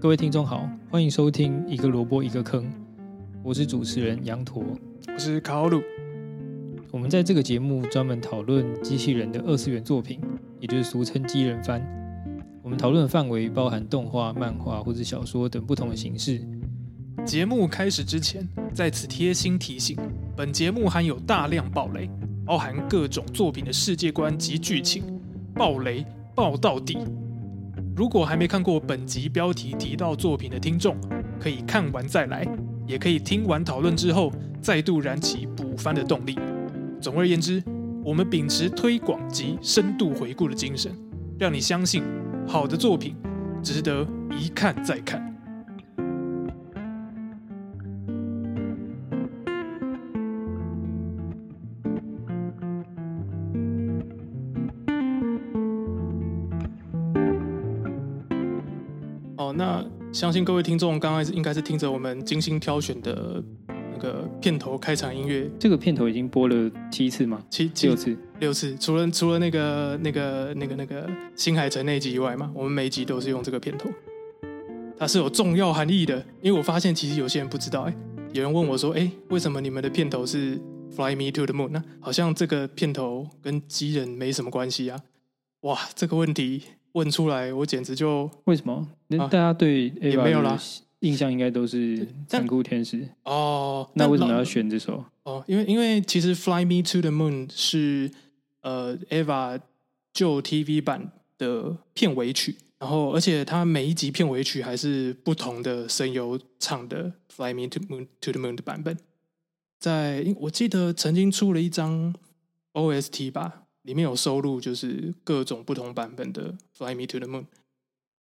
各位听众好，欢迎收听《一个萝卜一个坑》，我是主持人羊驼。我是卡奥鲁。我们在这个节目专门讨论机器人的二次元作品，也就是俗称“机人番”。我们讨论的范围包含动画、漫画或者小说等不同的形式。节目开始之前，在此贴心提醒，本节目含有大量暴雷，包含各种作品的世界观及剧情，暴雷暴到底。如果还没看过本集标题提到作品的听众，可以看完再来，也可以听完讨论之后再度燃起补番的动力。总而言之，我们秉持推广及深度回顾的精神，让你相信好的作品值得一看再看。哦，那相信各位听众刚开始应该是听着我们精心挑选的那个片头开场音乐这个片头已经播了七次吗？七七六次。六次，除了除了那个那个那个那个新海诚那一集以外嘛，我们每一集都是用这个片头，它是有重要含义的。因为我发现其实有些人不知道、哎，有人问我说，哎、为什么你们的片头是《Fly Me to the Moon》呢？好像这个片头跟机人没什么关系啊。哇，这个问题问出来，我简直就为什么？那啊大家对 A 也没有啦，印象应该都是但残酷天使。哦，那为什老么要选这首？哦，因为因为其实《Fly Me to the Moon 是》呃 Eva 旧 TV 版的片尾曲，然后而且它每一集片尾曲还是不同的声优唱的《Fly Me to Moon to the Moon》的版本。在因我记得曾经出了一张 OST 吧，里面有收录就是各种不同版本的《Fly Me to the Moon》，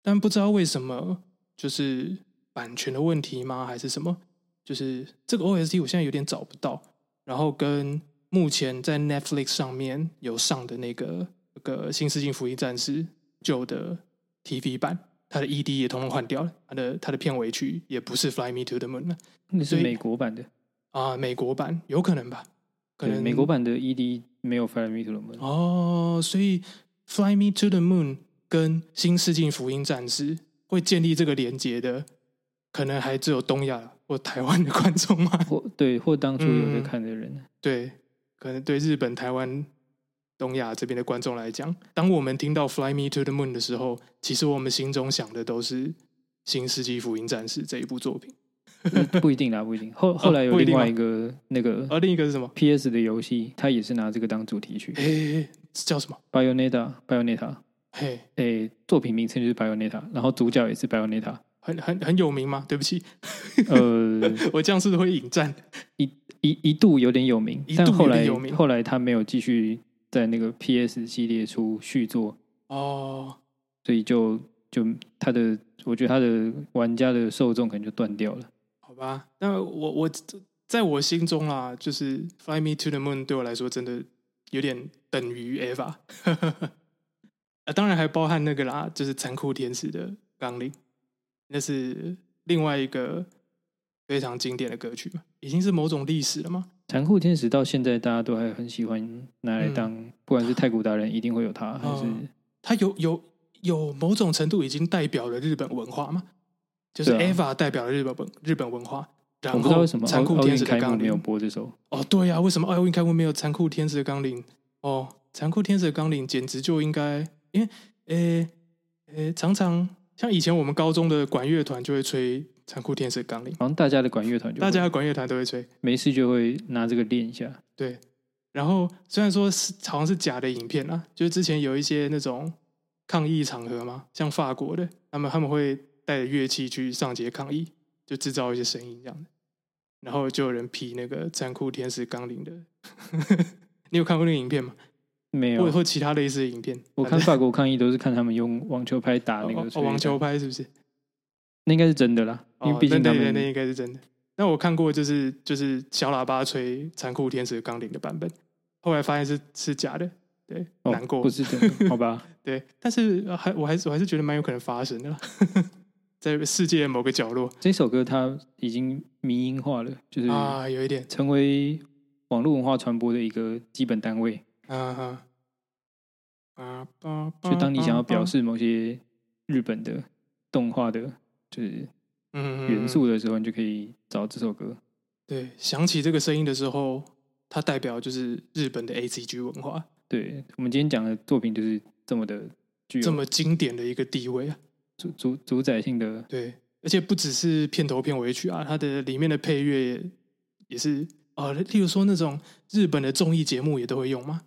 但不知道为什么就是版权的问题吗，还是什么？就是这个 OST 我现在有点找不到，然后跟目前在 Netflix 上面有上的那个那个《新世纪福音战士》旧的 TV 版，它的 ED 也统统换掉了，它的它的片尾曲也不是《Fly Me to the Moon》了那是所以美国版的，啊，美国版有可能吧？可对能美国版的 ED 没有 Fly Me to the Moon。哦，所以《Fly Me to the Moon》跟《新世纪福音战士》会建立这个连接的，可能还只有东亚或台湾的观众吗？或对，或当初有在嗯看的人，对，可能对日本、台湾、东亚这边的观众来讲，当我们听到《Fly Me to the Moon》的时候，其实我们心中想的都是《新世纪福音战士》这一部作品。不不一定啦，不一定。后后来有哦不一另定吗外一个那个而另一个是什么？ PS 的游戏，它也是拿这个当主题曲诶，叫什么？ ，Bayonetta Bayonetta，嘿，诶、作品名称就是 Bayonetta，然后主角也是 Bayonetta，很很很有名吗？对不起，呃，我这样是不是会引战。一一度有点有名一，度但后有来点有名后来他没有继续在那个 PS 系列出续作，哦，所以就就他的，我觉得他的玩家的受众可能就断掉了。好吧，那我我在我心中啦，就是《Fly Me to the Moon》对我来说真的有点等于 Eva，啊，当然还包含那个啦，就是残酷天使的纲领，那是另外一个非常经典的歌曲嘛，已经是某种历史了嘛。残酷天使到现在大家都还很喜欢拿来当，不管是太古达人一定会有它，还是、嗯它有有有某种程度已经代表了日本文化嘛，就是对啊 Eva 代表了日本文日本文化，然我不知道后为什么残奥酷奥天运使开的幕纲没有领。播这首，哦，对呀、为什么奥运开幕没有残酷天使的纲领？哦，残酷天使的纲领简直就应该，因为，诶，诶，常常像以前我们高中的管乐团就会吹残酷天使的纲领，好像大家的管乐团就会大家的管乐团都会吹。没事就会拿这个练一下。对，然后虽然说是好像是假的影片啊，就是之前有一些那种抗议场合嘛，像法国的，他们他们会带着乐器去上街抗议，就制造一些声音这样的，然后就有人批那个残酷天使纲领的。 你有看过那个影片吗？没或有，啊或其他类似的影片？我看法国抗议都是看他们用网球拍打啊那个哦，网球，拍是不是？那应该是真的啦，因哦为毕竟那他那那们应该是真的。那我看过就是就是小喇叭吹《残酷天使纲领》的版本，后来发现是是假的，对，哦难过不。是真 的，好吧？对，但是呃还我还是我还是觉得蛮有可能发生的啦， 在世界的某个角落这首歌它已经迷音化了，就是啊，有一点成为网络文化传播的一个基本单位。啊哈啊，嗯就当你想要表示示某些日本的动画的就是嗯，元素的时候，你就可以找这首歌。对，想起这个声音的时候，它代表就是日本的 A C G 文化对我们今天讲的作品就是这么的具有这么经典的一个地位啊。主主主宰性的，对，而且不只是片头片尾曲啊，它的里面的配乐也也是啊、呃例如说那种日本的综艺节目也都会用吗？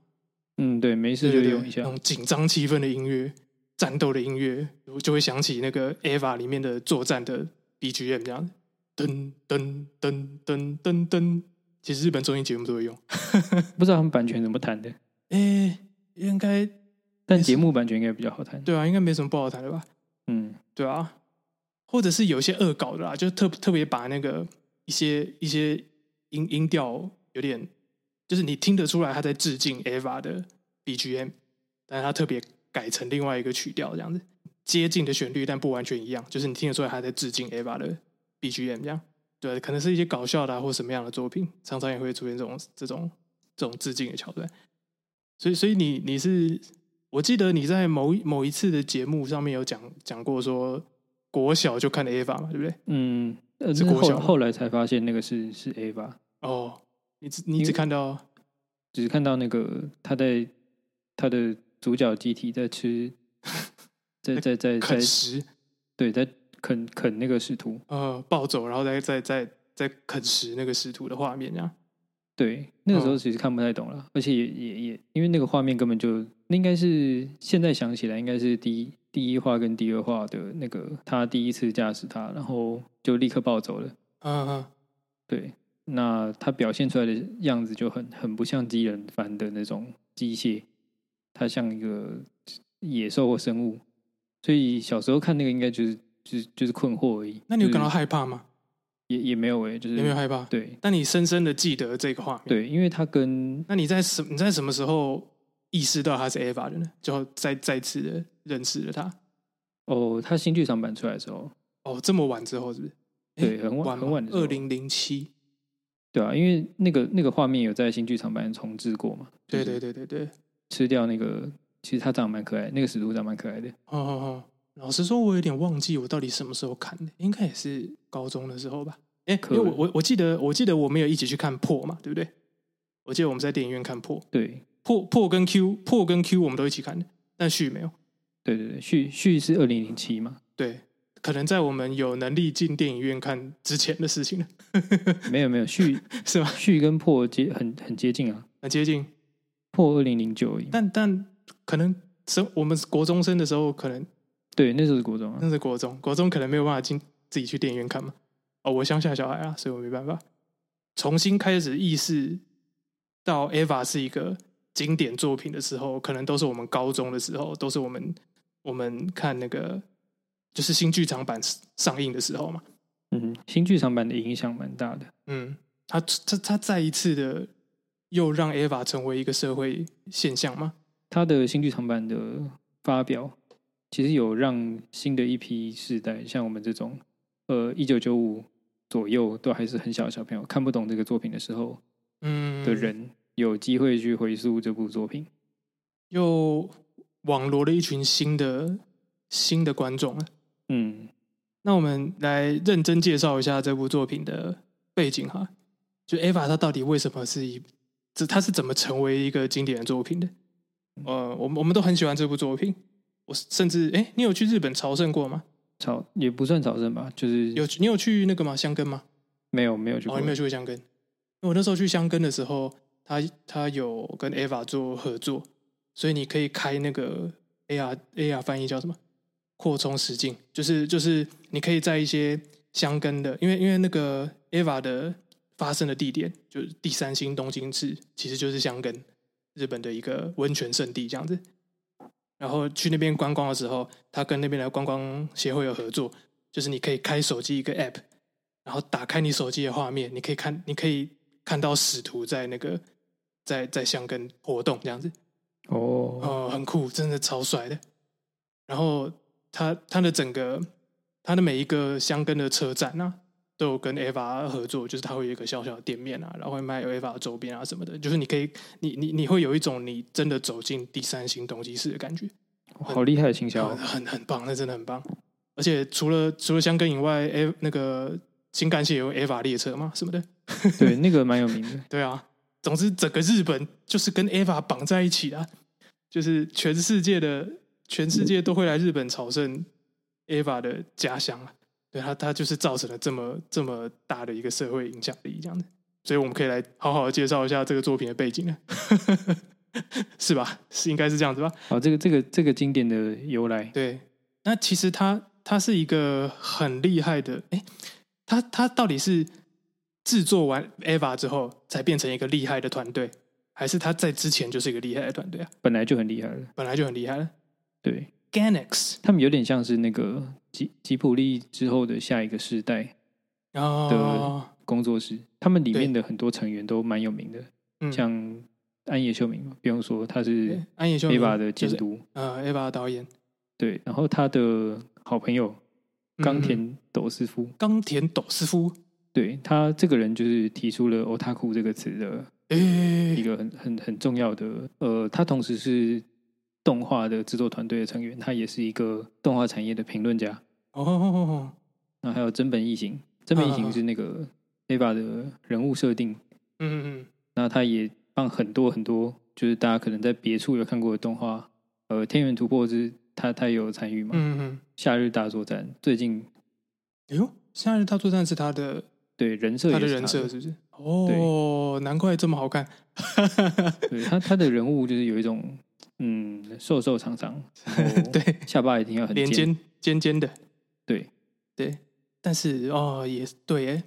嗯，对，没事对就对对，用一下那，种紧张气氛的音乐、战斗的音乐，我就会想起那个《Eva》里面的作战的 BGM 这样，噔噔噔噔噔噔。其实日本综艺节目都会用，不知道他们版权怎么谈的，诶，应该但没事节目版权应该比较好谈。对啊，应该没什么不好谈的吧？嗯，对啊，或者是有一些恶搞的啦，就特特别把那个一些一些音音调有点，就是你听得出来他在致敬 Eva 的 BGM，但是他特别改成另外一个曲调这样子，接近的旋律但不完全一样，就是你听得出来他在致敬 Eva 的 BGM 这样。对，可能是一些搞笑的、啊、或什么样的作品，常常也会出现这种这种这种致敬的桥段。所以，所以你你是我记得你在某一某一次的节目上面有讲讲过说，国小就看 A 法嘛，对不对？嗯，呃，是那国小后吗后来才发现那个是是 A 吧，哦，你只因你为只看到只是看到那个他在他的主角集体在 吃，在在在在啃食，对在啃啃那个使徒，呃，暴走，然后再再再再啃食那个使徒的画面，这样。对，那个时候嗯其实看不太懂了，而且也也也因为那个画面根本就那应该是现在想起来应该是第一第一话跟第二话的那个他第一次驾驶它，然后就立刻暴走了。嗯嗯，对，那他表现出来的样子就很很不像机人番的那种机械，它像一个野兽或生物。所以小时候看那个应该就是就是就是困惑而已。那你有就是感到害怕吗？也也没有诶、就是有没有害怕？对但你深深的记得这个画面。嗯对，因为他跟那你在什你在什么时候意识到他是 A 法的呢？就再再次的认识了他。哦他新剧场版出来的时候，哦，这么晚之后是不是？对，很晚很晚的时候二，零零七。对啊，因为那个那个画面有在新剧场版重置过嘛，就对是对对对对。吃掉那个，其实他长得蛮可爱，那个使徒长得蛮可爱的，哦哦哦，老实说，我有点忘记我到底什么时候看的，应该也是高中的时候吧。哎、可因为我我我记得我记得我们有一起去看破嘛，对不对？我记得我们在电影院看破，对破破跟 Q 破跟 Q 我们都一起看的，但续没有。对对对，续续是二零零七嘛，对，可能在我们有能力进电影院看之前的事情了，没有没有续 是吗？续跟破接很很接近啊，很接近，破二零零九而已。但但可能生我们国中生的时候，可能对，那时候是国中啊。那是国中，国中可能没有办法进自己去电影院看嘛。哦，我乡下小孩啊，所以我没办法重新开始意识到 Eva 是一个经典作品的时候，可能都是我们高中的时候，都是我们我们看那个就是新剧场版上映的时候嘛。嗯，新剧场版的影响蛮大的。嗯，他他他再一次的又让 Eva 成为一个社会现象嘛。他的新剧场版的发表，其实有让新的一批世代，像我们这种，呃，一九九五左右都还是很小的小朋友，看不懂这个作品的时候嗯，的人，有机会去回溯这部作品。又网罗了一群新的新的观众啊。嗯，那我们来认真介绍一下这部作品的背景哈，就 Eva 它到底为什么是一这它是怎么成为一个经典的作品的？呃，我们我们都很喜欢这部作品，我甚至哎，你有去日本朝圣过吗？草也不算草圣吧，就是有你有去那个吗？香根吗？没有没有去过哦，你没有去过香根？因为我那时候去香根的时候，他他有跟 Eva 做合作，所以你可以开那个 AR AR 翻译叫什么？扩充实境，就是就是你可以在一些香根的，因为因为那个 Eva 的发生的地点就是第三星东京市，其实就是香根，日本的一个温泉圣地这样子。然后去那边观光的时候，他跟那边的观光协会有合作，就是你可以开手机一个 app，然后打开你手机的画面，你可以看，你可以看到使徒在那个在在香根活动这样子，哦，哦，很酷，真的超帅的。然后他他的整个他的每一个香根的车站啊，都有跟 Eva 合作，就是他会有一个小小的店面啊，然后会卖 Eva 周边啊什么的，就是你可以你你你会有一种你真的走进第三星东京市的感觉，哦哦好厉害的行销啊很很很棒，那真的很棒。而且除了除了香根以外，哎，那个新干线也有 EVA 列车嘛什么的，对，那个蛮有名的。对啊，总之整个日本就是跟 EVA 绑在一起啊，就是全世界的全世界都会来日本朝圣 EVA 的家乡啊。对它，它就是造成了这么这么大的一个社会影响力，这样的。所以我们可以来好好的介绍一下这个作品的背景啊， 是吧？是应该是这样子吧？好，这个这个这个经典的由来，对，那其实他他是一个很厉害的，哎，他他到底是制作完 EVA 之后才变成一个厉害的团队，还是他在之前就是一个厉害的团队啊？本来就很厉害了。本来就很厉害了。对 Ganex 他们有点像是那个吉吉普力之后的下一个世代哦，工作室，他们里对面的很多成员都蛮有名的，嗯，像安野秀明嘛，不用说，他是诶安野秀明 EVA 的监就是督，呃 EVA 导演对，然后他的好朋友冈嗯田斗司夫，冈田斗司夫，对他这个人就是提出了 “otaku” 这个词的一哎，个很很很重要的，呃，他同时是动画的制作团队的成员，他也是一个动画产业的评论家，哦，然后还有真本义行，真本义嗯嗯行嗯是那个 EVA 的人物设定，嗯嗯那他也帮很多很多，就是大家可能在别处有看过的动画，呃，《天元突破之》他他也有参与嗯嘛，嗯嗯，夏日大作战》最近哎呦，夏日大作战是他的对人设他也的是人设的是不是？哦，难怪这么好看。 对他他的人物就是有一种嗯瘦瘦长 长，然后对，下巴一定要很脸尖，尖尖尖的，对对，但是哦，也对耶，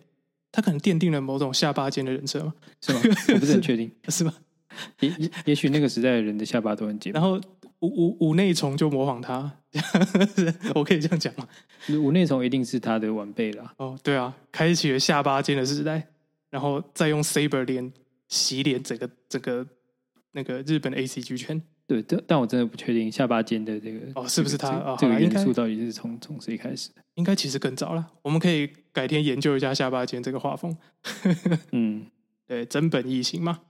他可能奠定了某种下巴尖的人设嘛，是吗？我不是很确定，是吧？也也也许那个时代的人的下巴都很尖然。后五五五内虫就模仿他，我可以这样讲吗？吴内从一定是他的晚辈啦，哦，对啊，开启了下巴尖的时代，然后再用 saber 脸洗脸整个整个那个日本 A C G 圈，对，但但我真的不确定下巴尖的这个哦是不是他这个哦这好个啦应元该素到底是从从谁开始的？应该其实更早了，我们可以改天研究一下下巴尖这个画风，嗯，对，真本异形嘛，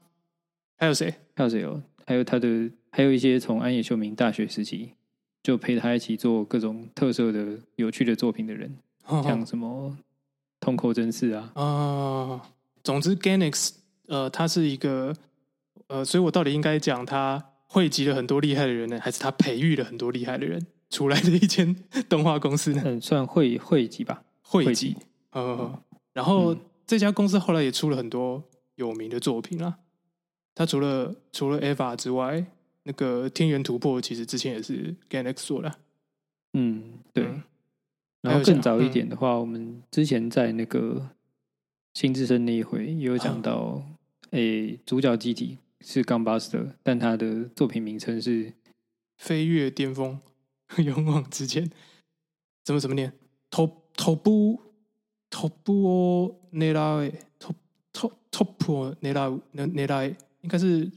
还有谁？还有谁哦？还有他的，还有一些从安野秀明大学时期就陪他一起做各种特色的、有趣的作品的人，像什么通口真嗣啊，哦，总之，Ganex 呃，他是一个呃，所以我到底应该讲他汇集了很多厉害的人呢，还是他培育了很多厉害的人出来的一间动画公司呢？嗯，算会会集吧，汇汇集集，呃，然后、嗯这家公司后来也出了很多有名的作品啦。他除了除了 EVA 之外，那个《天元突破》其实之前也是 Ganex 做的啊，嗯，对。嗯然还后有更像早一嗯点的话，我们之前在那个新之声那一回也有啊讲到，诶、主角基体是 Gunbuster，但他的作品名称是飞跃巅峰， 勇往直前。怎么怎么念？头头部头部哦，内拉诶，头头头部哦，内拉内内拉，应该是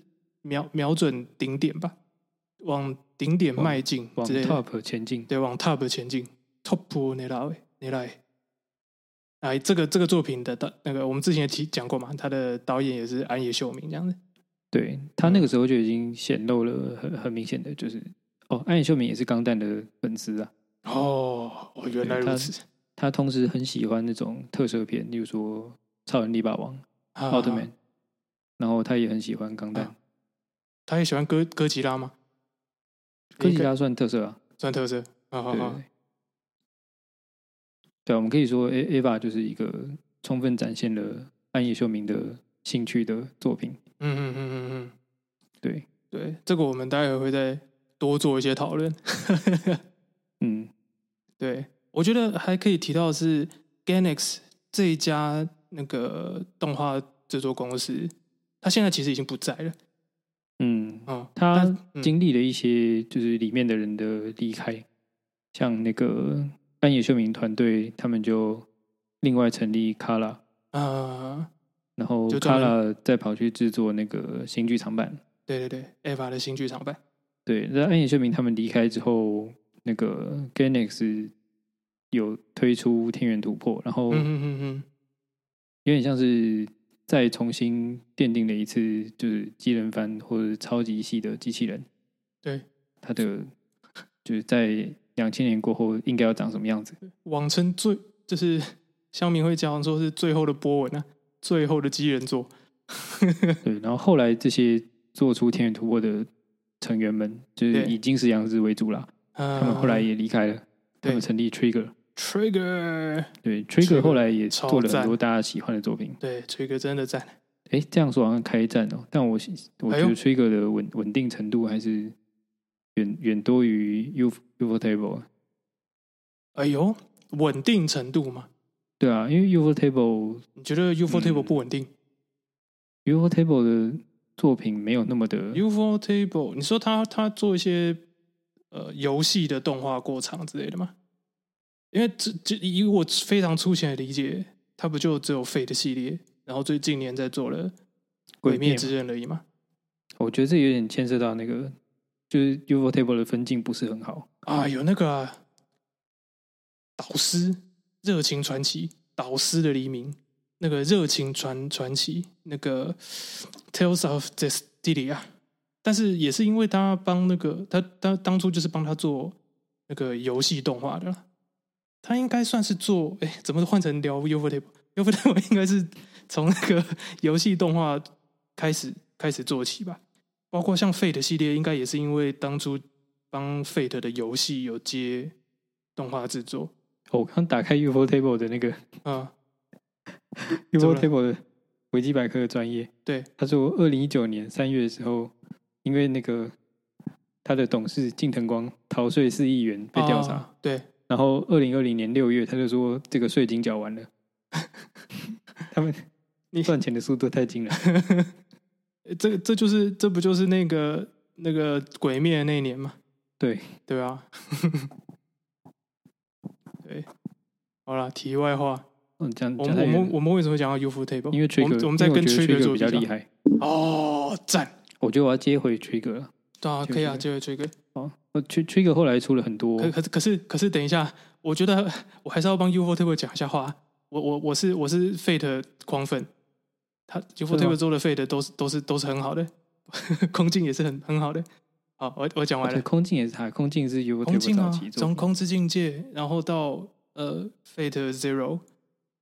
瞄瞄准顶点吧，往顶点往迈进往之类的， Top 前进。对，往 top 前进。头部内拉诶，内拉诶。哎，这个这个作品的导那个我们之前也提讲过嘛，他的导演也是安野秀明这样子。对他嗯那个时候就已经显露了很很明显的，就是哦，安野秀明也是钢弹的粉丝啊，哦，哦原来对如他此。他同时很喜欢那种特摄片，例如说超人力霸王、奥奥特曼，然后他也很喜欢钢弹啊，他也喜欢哥哥吉拉吗？哥吉应拉算特摄啊，该算特色，哦好好对好对，对，啊我们可以说，E，A Ava 就是一个充分展现了暗夜秀明的兴趣的作品。嗯嗯嗯嗯嗯，对，对，这个我们待会会再多做一些 讨论。嗯，对，我觉得还可以提到的是 Ganex 这一家那个动画制作公司，它现在其实已经不在了，嗯，嗯，他但经历了一些就是里面的人的离开，像那个暗夜秀明团队，他们就另外成立 Kala，嗯啊，然后就专门 Kala 再跑去制作那个新剧场版。对对对，EVA 的新剧场版，对，那暗夜秀明他们离开之后，那个 Ganex 有推出《天元突破》，然后嗯嗯嗯嗯，有点像是再重新奠定了一次，就是机人番或者超级系的机器人，对，它的就是在两千年过后应该要长什么样子。网称最 就是乡民会讲说是最后的波纹啊，最后的机器人座。 对，然后后来这些做出天元突破的成员们，就是对以金石洋子为主啦，他他们后呃来也离开了，他对们成立 Trigger。 Trigger，对 Trigger ，Trigger 后来也超做了赞很多大家喜欢的作品。对 Trigger 真的赞，哎，这样说好像开战哦，但我我哎觉呦得 Trigger 的稳稳定程度还是远远多于 U UFO Table。啊哎呦，稳定程度嘛，对啊，因为 UFO Table 你觉得 UFO 嗯 Table 不稳定、 UFO Table 的作品没有那么的 u f o Table，你说他他做一些呃游戏的动画过场之类的吗？因为这这以我非常粗浅的理解，他不就只有 Fate 系列，然后最近年在做了《鬼灭嘛之刃》而已嘛？我觉得这有点牵涉到那个，就是 UFO Table 的分镜不是很好。啊，有那个啊、导师热情传奇，导师的黎明，那个热情传传奇，那个 Tales of Destilia，但是也是因为他帮那个他他当初就是帮他做那个游戏动画的啦，他应该算是做哎，怎么换成聊 UFO Table？UFO Table 应该是从那个游戏动画开始开始做起吧，包括像 Fate 系列，应该也是因为当初帮 Fate 的游戏有接动画制作，哦我刚打开 UFO Table 的那个嗯， 怎 UFO 么了 Table 的维基百科的专业，对，他说二零一九年三月的时候，因为那个他的董事近藤光逃税四亿元被调查，啊对， 然后二零二零年六月他就说这个税已经缴 完了，他们你赚钱的速度太惊人，呃这这就是这不就是那个那个鬼灭那一年嘛？对，对啊， 对，好了，题外话，嗯，这样我讲们太我远们了，我们为什么讲到 UFO Table？因为我 Trigger，们我们因在为跟我觉得 Trigger Trigger 做比较比较厉害，哦，赞，我觉得我要接回 Trigger 了。对啊，就可以啊，这就这个。哦，呃，Tr- Trigger 后来出了很多，哦可可是可是可是，等一下，我觉得我还是要帮 UFO Table 讲一下话。我我我是我是 Fate 狂粉，他 UFO 真的吗 Table 做的 Fate 都是都是都是很好的， 空镜也是很很好的。好，我我讲完对了。空镜也是他，空镜是 U 空 Table 镜早啊期，作从品空之境界，然后到呃 Fate Zero，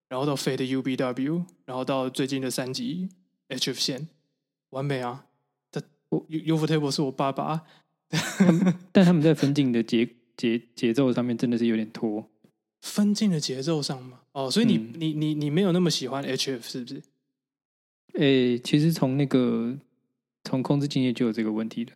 然后到 Fate UBW，然后到最近的三级 HF 线，完美啊！他我 UFO Table 是我爸爸，但他们在分镜的节节节奏上面真的是有点拖。分镜的节奏上嘛。哦，所以你、嗯你你你没有那么喜欢 HF 是不是？诶、其实从那个从空之境界就有这个问题的。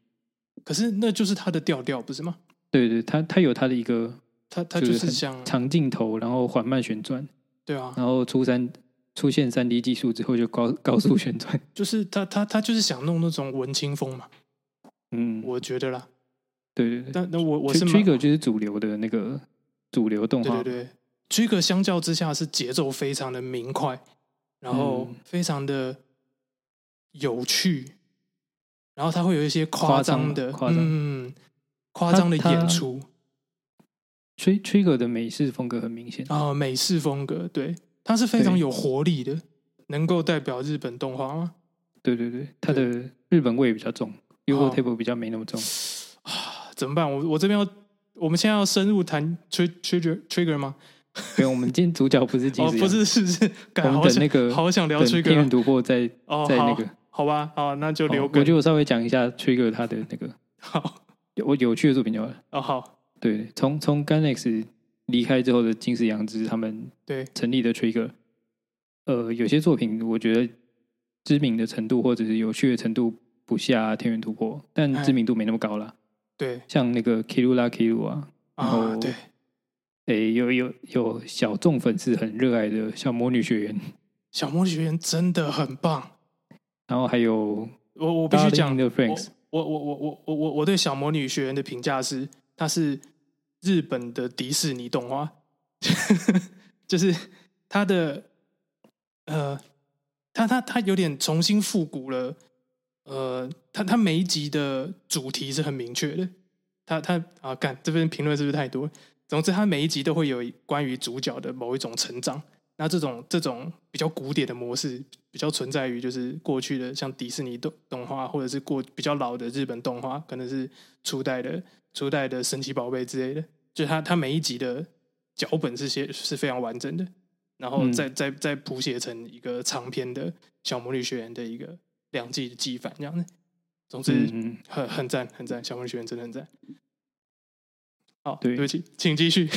可是那就是他的调调，不是吗？对对，他他有他的一个他他就就是是很想长镜头，然后缓慢旋转，对啊，然后出三出现三 D 技术之后就高高速旋转。就是他他他就是想弄那种文青风嘛，嗯，我觉得啦。 对对对但那我我，Tr- 是蛮，Trigger 就是主流的那个主流动画对对，对，Trigger 相较之下是节奏非常的明快，然后嗯非常的有趣，然后他会有一些夸张张嘛的夸张嗯夸张的他他演出 Tr- Trigger 的美式风格很明显。啊、美式风格，对，他是非常对有活力的，能够代表日本动画吗？对对对，它的日本味比较重，UFO 哦 Table 比较没那么重。怎么办？我我这边要，我们现在要深入谈 Tri- Trigger Trigger 吗？对，我们今天主角 不是金哦，石，不，是，是是，我感们好等想那个好想聊等天 Trigger 啊元突破再哦，再那好个，好吧，好，那就哦留我梗，就稍微讲一下 Trigger 他的那个好有我有趣的作品就好了。哦好，对，从从 Ganex 离开之后的金石阳之他们对，成立的 Trigger，呃，有些作品我觉得知名的程度或者是有趣的程度不下天元突破，但哎知名度没那么高啦。对像那个 Kirula Kiru 啊，然啊后，对，诶，有有有小众粉丝很热爱的小魔女学员，小魔女学院真的很棒，然后还有我我必须 Darling 讲，的 Franks，我我我我我我我对小魔女学院的评价是，它是日本的迪士尼动画， 就是它的呃，它它它有点重新复古了，呃，它它每一集的主题是很明确的，它它啊，干这边评论是不是太多？总之，它每一集都会有关于主角的某一种成长。那这种这种比较古典的模式，比较存在于就是过去的像迪士尼动动画，或者是过比较老的日本动画，可能是初代的初代的神奇宝贝之类的。就它它每一集的脚本是些是非常完整的，然后嗯再、再再谱写成一个长篇的《小魔女学院》的一个两季的季番这样子。总之，嗯，很很赞，很赞，小魔女学院真的很赞。好，对不起，请 继续。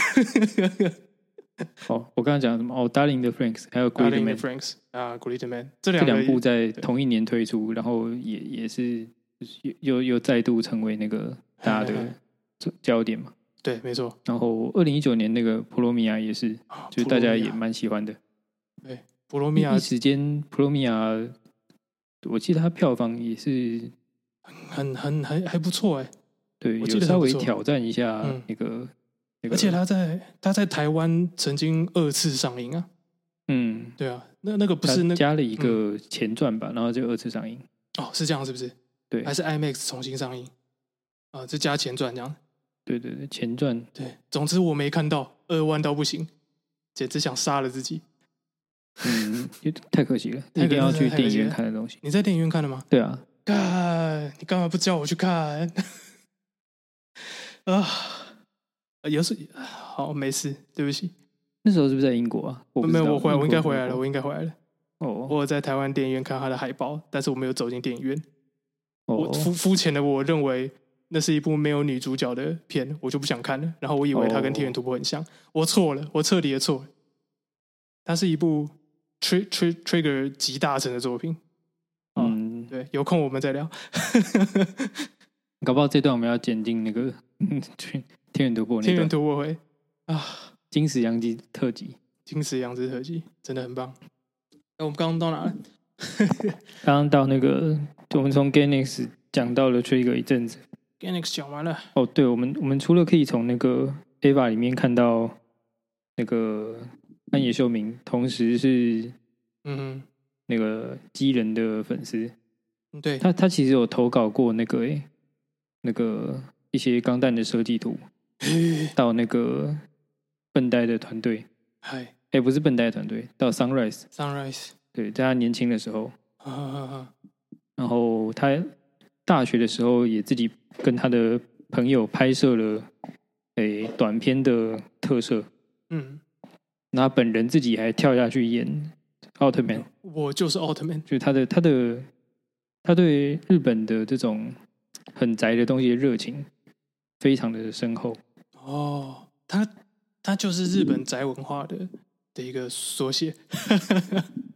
好，我刚刚讲什么？哦，《Darling 的 Franks》还有《 g r Great e a Man》 n Franks 啊 g r e a t Man 这这两个两部在对同一年推出，然后也也是就是又又又再度成为那个大家嘿嘿嘿的焦焦点嘛。 对，没错，然后二零一九年那个《普罗米亚》也是，啊就是大家也蛮喜欢的。普罗米亚一时间，《普罗米亚》我记得它票房也是很很还还不错哎，对，我记有得稍它不微错挑战一下嗯那个那个，而且他在他在台湾曾经二次上映啊，嗯，对啊，那那个不它是那个嗯加了一个前传吧，然后就二次上映。哦，是这样是不是？对还是 IMAX 重新上映啊，这加前传这样。对对对，前传对，总之我没看到，二万到不行，简直想杀了自己。嗯， 就太可惜了，太可惜了一定要去太可惜了电影院看的东西。你在电影院看了吗？对啊，干，你干嘛不叫我去看？ 啊，有时好没事，对不起，那时候是不是在英国啊？我不知没道有，我回来，我应该英国回来了，我应该回来了。哦我有在台湾电影院看他的海报，但是我没有走进电影院。我哦，肤肤浅的我认为那是一部没有女主角的片，我就不想看了。然后我以为它跟《哦天元突破》很像，我错了，我彻底的错了。它是一部 tr tr trigger 集大成的作品。嗯，对，有空我们再聊。搞不好这段我们要剪进那个 嗯天天元突破《天那段元突破》会啊，金石阳基特辑。金石羊之特辑真的很棒。哎、我们刚刚到哪了？刚刚到那个，就我们从 Ganex 讲到了 Trigger 一阵子。 g a n i x 讲完了。哦，对，我们我们除了可以从那个 Ava 里面看到那个安野秀明，同时是嗯那个基人的粉丝，哼，对，他他其实有投稿过那个、诶那个一些钢弹的设计图到那个笨呆的团队， 嗨哎、不是笨呆的团队，到 Sunrise， ，Sunrise 对，在他年轻的时候，啊啊啊然后他大学的时候也自己跟他的朋友拍摄了诶、短片的特摄，嗯，那他本人自己还跳下去演奥特曼，我就是奥特曼。就是他的他的他对日本的这种很宅的东西的热情非常的深厚。哦，它它就是日本宅文化的的一个缩写，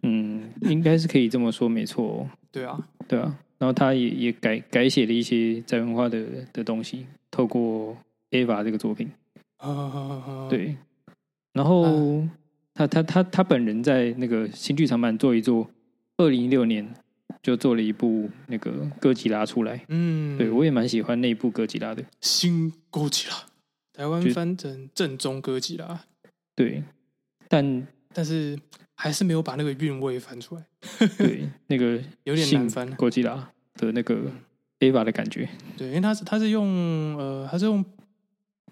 嗯，应该是可以这么说，没错、哦，对啊，对啊。然后他也也改改写了一些宅文化的的东西，透过 Ava 这个作品，啊，对。然后他他他他本人在那个新剧场版做一做，二零一六年就做了一部那个哥吉拉出来，嗯，对我也蛮喜欢那一部哥吉拉的，新哥吉拉，台湾就翻成正宗哥吉拉，对。 但但是还是没有把那个韵味翻出来，对那个有点难翻啊。嗯哥吉拉的那个 Ava 的感觉，对，因为它是它是用呃，它是用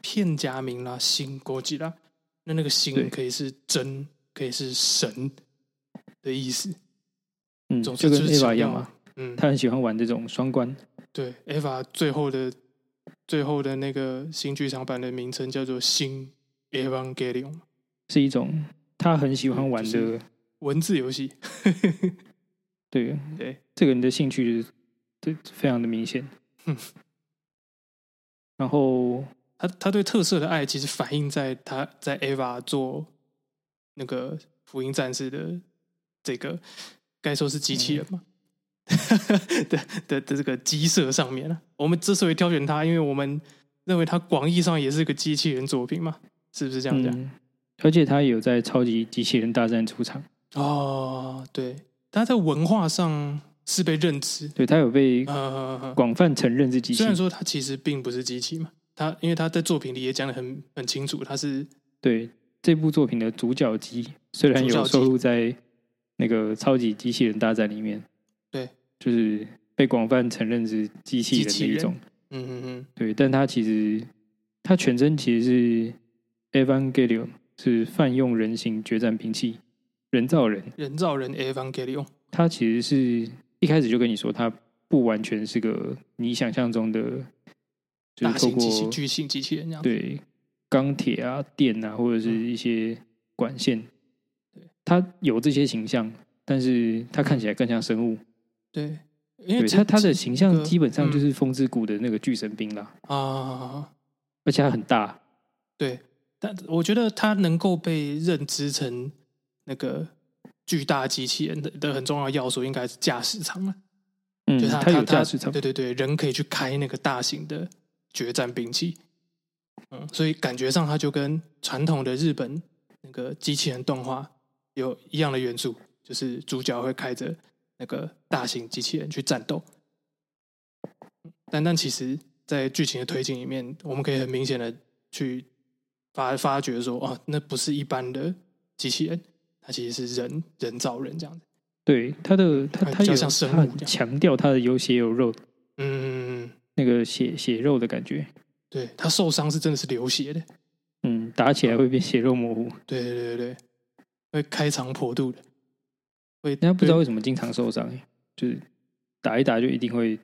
片假名啦，新哥吉拉，那那个新对可以是真，可以是神的意思，嗯，总就之就跟是 Ava 想一样要嘛，，嗯，他很喜欢玩这种双关，对，Eva 最后的最后的那个新剧场版的名称叫做《新 Evangelion》是一种他很喜欢玩嗯就的，文字游戏。对嗯对，这个人的兴趣就是对非常的明显哼。 然后，他他对特色的爱其实反映在他在 Eva 做那个福音战士的这个该说是机器人嘛、 的的的这个机设上面了、我们之所以挑选他，因为我们认为他广义上也是个机器人作品嘛，是不是这样讲？嗯，而且他也有在超级机器人大战出场，哦，对，他在文化上是被认知，对他有被呃，广泛承认是机器虽然，说它其实并不是机器嘛，它因为它在作品里也讲的很很清楚，它是对这部作品的主角机虽然主角有机收录在那个超级机器人大战里面，对，就是被广泛承认是机器人机器的人一种，嗯嗯嗯，对，但它其实它全称其实是 Evangelion，是泛用人形决战兵器人造人。人造人 Evangelion，它其实是一开始就跟你说，它不完全是个你想象中的，就大是透型机器过巨型机器人这样。对钢铁啊、电啊，或者是嗯一些管线，它有这些形象，但是它看起来更像生物。对，因为对它，它的形象个嗯基本上就是风之谷的那个巨神兵啦，啊，而且它很大。对，但我觉得它能够被认知成那个巨大机器人的的很重要要素，应该是驾驶舱了。啊嗯就是，它它有它驾驶舱对，对对，人可以去开那个大型的决战兵器，嗯，所以感觉上它就跟传统的日本那个机器人动画有一样的元素，就是主角会开着那个大型机器人去战斗。但但其实，在剧情的推进里面，我们可以很明显的去发发觉说，哦，那不是一般的机器人，它其实是人人造人这样子。对它的它它它比较有像生物它很这样强调它的有血有肉，嗯，那个血血肉的感觉。对，它受伤是真的是流血的。嗯，打起来会变血肉模糊，对对对对，会开肠破肚的，会人家不知道为什么经常受伤、欸就是打一打就一定会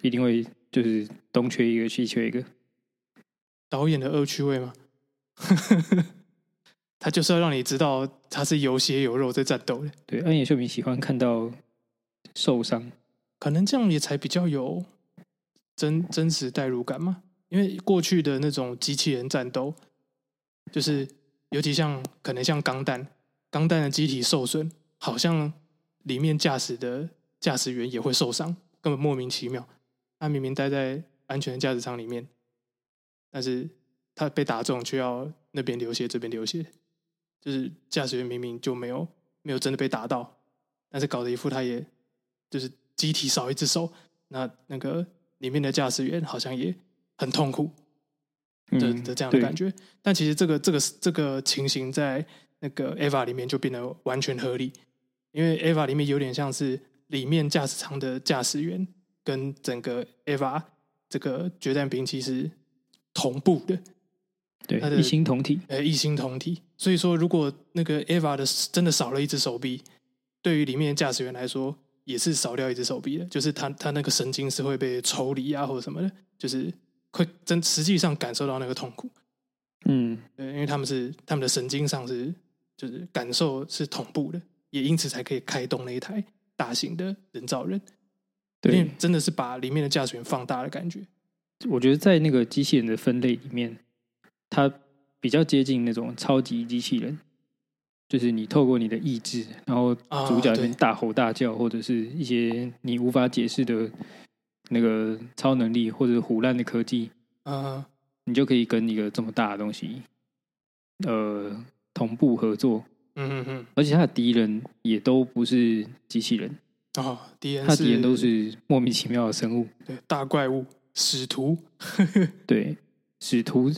一定会就是东缺一个西缺一个。导演的恶趣味吗？ 他就是要让你知道他是有血有肉在战斗的，对，安野秀明喜欢看到受伤，可能这样也才比较有真真实代入感嘛。因为过去的那种机器人战斗，就是尤其像可能像钢弹，钢弹的机体受损，好像里面驾驶的驾驶员也会受伤，根本莫名其妙。他明明待在安全的驾驶舱里面，但是他被打中却要那边流血，这边流血，就是驾驶员明明就没有没有真的被打到，但是搞得一副他也就是机体少一只手，那那个里面的驾驶员好像也很痛苦，的嗯，的这样的对感觉。但其实这个这个这个情形在那个 Ava 里面就变得完全合理，因为 Ava 里面有点像是里面驾驶舱的驾驶员跟整个 Ava 这个决战兵器是同步的，它的对，一心同体。呃，异心同体。所以说，如果那个 Ava 的真的少了一只手臂，对于里面的驾驶员来说也是少掉一只手臂的，就是他他那个神经是会被抽离啊或者什么的，就是会真实际上感受到那个痛苦。嗯，对，因为他们是他们的神经上是就是感受是同步的，也因此才可以开动那一台大型的人造人。因对为，真的是把里面的驾驶员放大的感觉。我觉得在那个机器人的分类里面，它比较接近那种超级机器人，就是你透过你的意志，然后啊主角在那边对大吼大叫，或者是一些你无法解释的那个超能力或者胡乱的科技，呃，你就可以跟一个这么大的东西，呃，同步合作。嗯嗯而且他的敌人也都不是机器人，嗯，哦，敌人他敌人都是莫名其妙的生物。对大怪物使徒，对，使徒，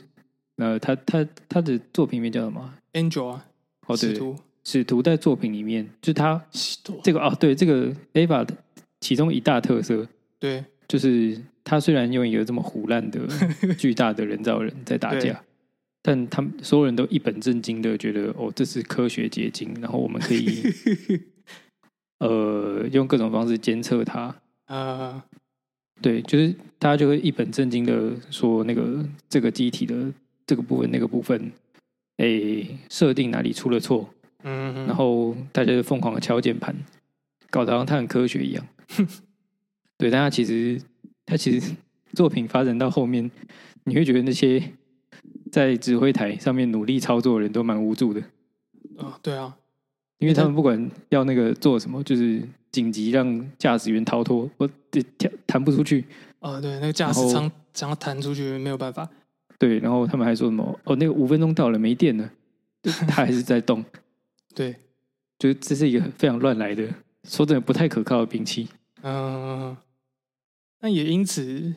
呃，他他他的作品里面叫什么啊？ Angel 啊，哦，对使，徒，使徒在作品里面，就他使徒，这个哦，对，这个 Ava 的其中一大特色对就是，他虽然用一个这么胡乱的巨大的人造人在打对架，但他们所有人都一本正经的觉得，哦，这是科学结晶，然后我们可 以呃用各种方式监测它，啊对，就是大家就会一本正经的说那个这个机体的这个部分那个部分，诶，设定哪里出了错，嗯嗯，然后大家就疯狂的敲键盘，搞得好像它很科学一样。 对，但它其实它其实作品发展到后面，你会觉得那些在指挥台上面努力操作的人都蛮无助的，啊对啊，因为他们不管要那个做什么，就是紧急让驾驶员逃脱，我这跳弹不出去。啊对，那个驾然驶后舱想要弹出去没有办法，对，然后他们还说什么哦，那个五分钟到了没电了， 它还是在动，对，就是这是一个非常乱来的，说真的不太可靠的兵器。嗯，那也因此，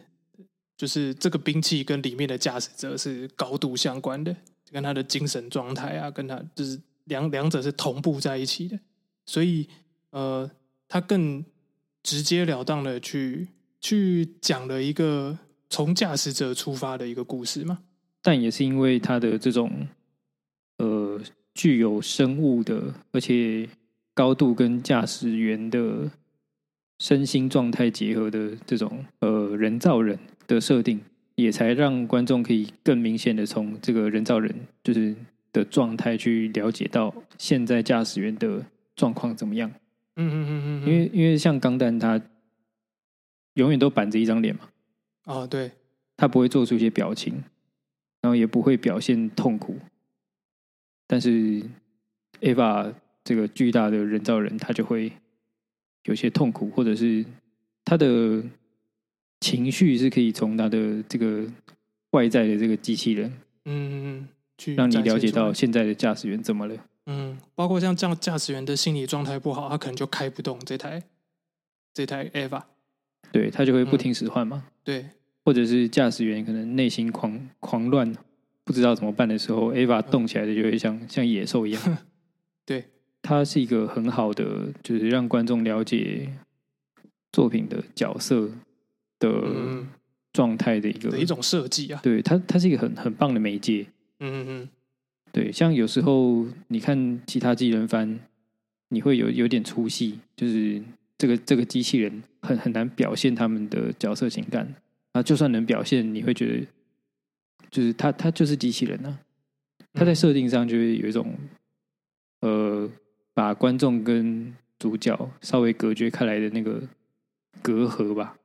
就是这个兵器跟里面的驾驶者是高度相关的，跟他的精神状态啊，跟他就是两两者是同步在一起的，所以呃，他更直截了当的去去讲了一个从驾驶者出发的一个故事嘛。但也是因为它的这种呃具有生物的，而且高度跟驾驶员的身心状态结合的这种呃人造人的设定，也才让观众可以更明显的从这个人造人就是的状态去了解到现在驾驶员的状况怎么样。嗯嗯嗯嗯，因为因为像钢弹，他永远都板着一张脸嘛，啊对，他不会做出一些表情，然后也不会表现痛苦。但是 Ava 这个巨大的人造人，他就会有些痛苦，或者是他的情绪是可以从他的这个外在的这个机器人，嗯嗯嗯，去让你展现了解出来到现在的驾驶员怎么了。嗯，包括像这样驾驶员的心理状态不好，他可能就开不动这台这台 EVA。对他就会不嗯听使唤嘛，对，或者是驾驶员可能内心狂狂乱，不知道怎么办的时嗯候，Ava 动起来的就会像像野兽一样。 对，它是一个很好的，就是让观众了解作品的角色的嗯，状态的一个的一种设计啊。对它，它是一个很很棒的媒介。嗯嗯嗯，对，像有时候你看其他机器人番，你会有有点出戏，就是这个这个机器人很很难表现他们的角色情感啊，就算能表现，你会觉得就是他他就是机器人啊，他在嗯设定上就会有一种呃，把观众跟主角稍微隔绝开来的那个隔阂吧，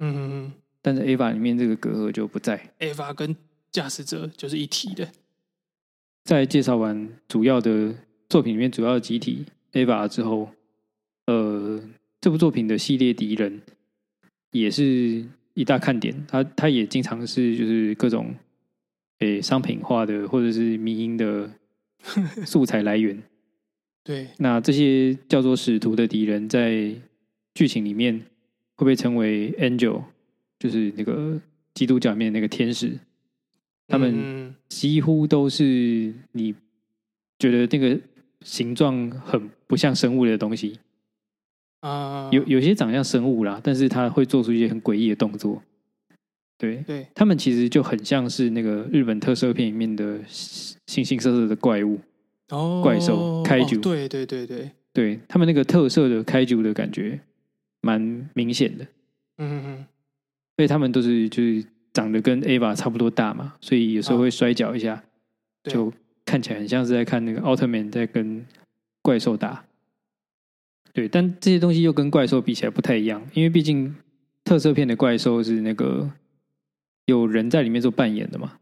嗯嗯但是 Ava 里面这个隔阂就不在。嗯，EVA 跟驾驶者就是一体的。在介绍完主要的作品里面主要的集体 Ava 之后，呃，这部作品的系列敌人也是一大看点。它它也经常是就是各种诶、商品化的或者是民营的素材来源。对，那这些叫做使徒的敌人，在剧情里面会被称为 Angel，就是那个基督教里面那个天使。他们嗯几乎都是你觉得那个形状很不像生物的东西，啊，有有些长得像生物啦，但是它会做出一些很诡异的动作。对对，他们其实就很像是那个日本特摄片里面的形形色色的怪物，哦，怪兽开哦局对对对对，对他们那个特色的开局的感觉蛮明显的，嗯嗯所以他们都是就是长得跟 Ava 差不多大嘛，所以有时候会摔跤一下，对就看起来很像是在看那个奥特曼在跟怪兽打。对，但这些东西又跟怪兽比起来不太一样，因为毕竟特色片的怪兽是那个有人在里面做扮演的嘛，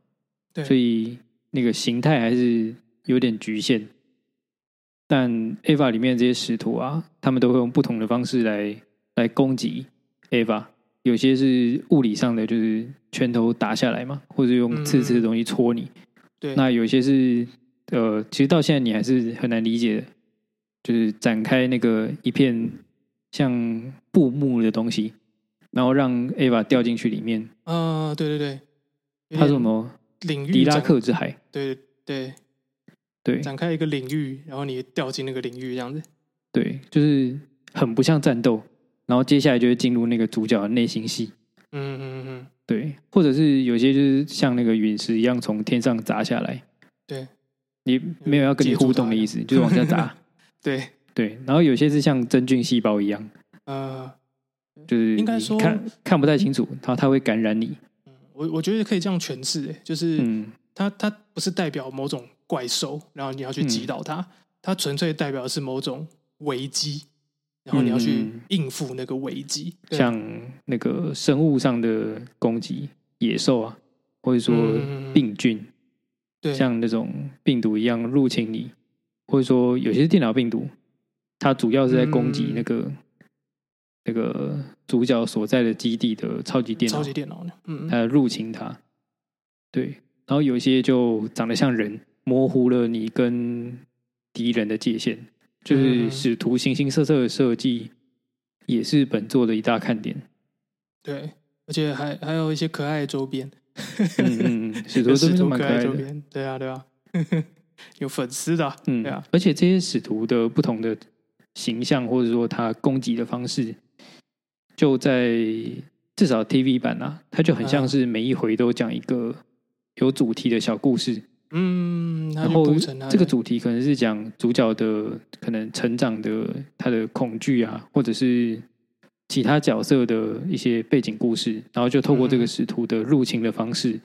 对所以那个形态还是有点局限。但 Ava 里面这些使徒啊，他们都会用不同的方式来来攻击 Ava，有些是物理上的，就是拳头打下来嘛，或者用刺刺的东西戳你，嗯对，那有一些是呃，其实到现在你还是很难理解的，就是展开那个一片像布幕的东西，然后让 Ava 掉进去里面，啊，对对对，有它是点什么领域狄拉展？克之海？对对，对展开一个领域，然后你掉进那个领域这样子。对，就是很不像战斗，然后接下来就会进入那个主角的内心戏，嗯嗯嗯嗯，对，或者是有些就是像那个陨石一样从天上砸下来，对，你没有要跟你接触互它动的意思，就是往下砸，对，对，然后有些是像真菌细胞一样。呃，就是应该你说看看不太清楚，它它会感染你。我我觉得可以这样诠释、欸，就是嗯，它它不是代表某种怪兽，然后你要去嗯击倒它，它纯粹代表的是某种危机，然后你要去嗯应付那个危机。对像那个生物上的攻击，野兽啊，或者说嗯嗯嗯病菌，对像那种病毒一样入侵你，或者说有些是电脑病毒，它主要是在攻击嗯那个、那个主角所在的基地的超级电脑超，级电脑呢，嗯，它入侵它。对，然后有一些就长得像人，模糊了你跟敌人的界限。就嗯是嗯使徒形形色色的设计，也是本作的一大看点。对，而且还还有一些可爱的周边， 嗯嗯，嗯，使徒有真的是许多蛮可可爱爱的周的。边，对啊对 啊，有粉丝的啊、嗯对啊，而且这些使徒的不同的形象，或者说他攻击的方式，就在至少 TV 版啊，它就很像是每一回都讲一个有主题的小故事。嗯，它然就后铺成它的这个主题可能是讲主角的可能成长的他的恐惧啊，或者是其他角色的一些背景故事，然后就透过嗯这个使徒的入侵的方式，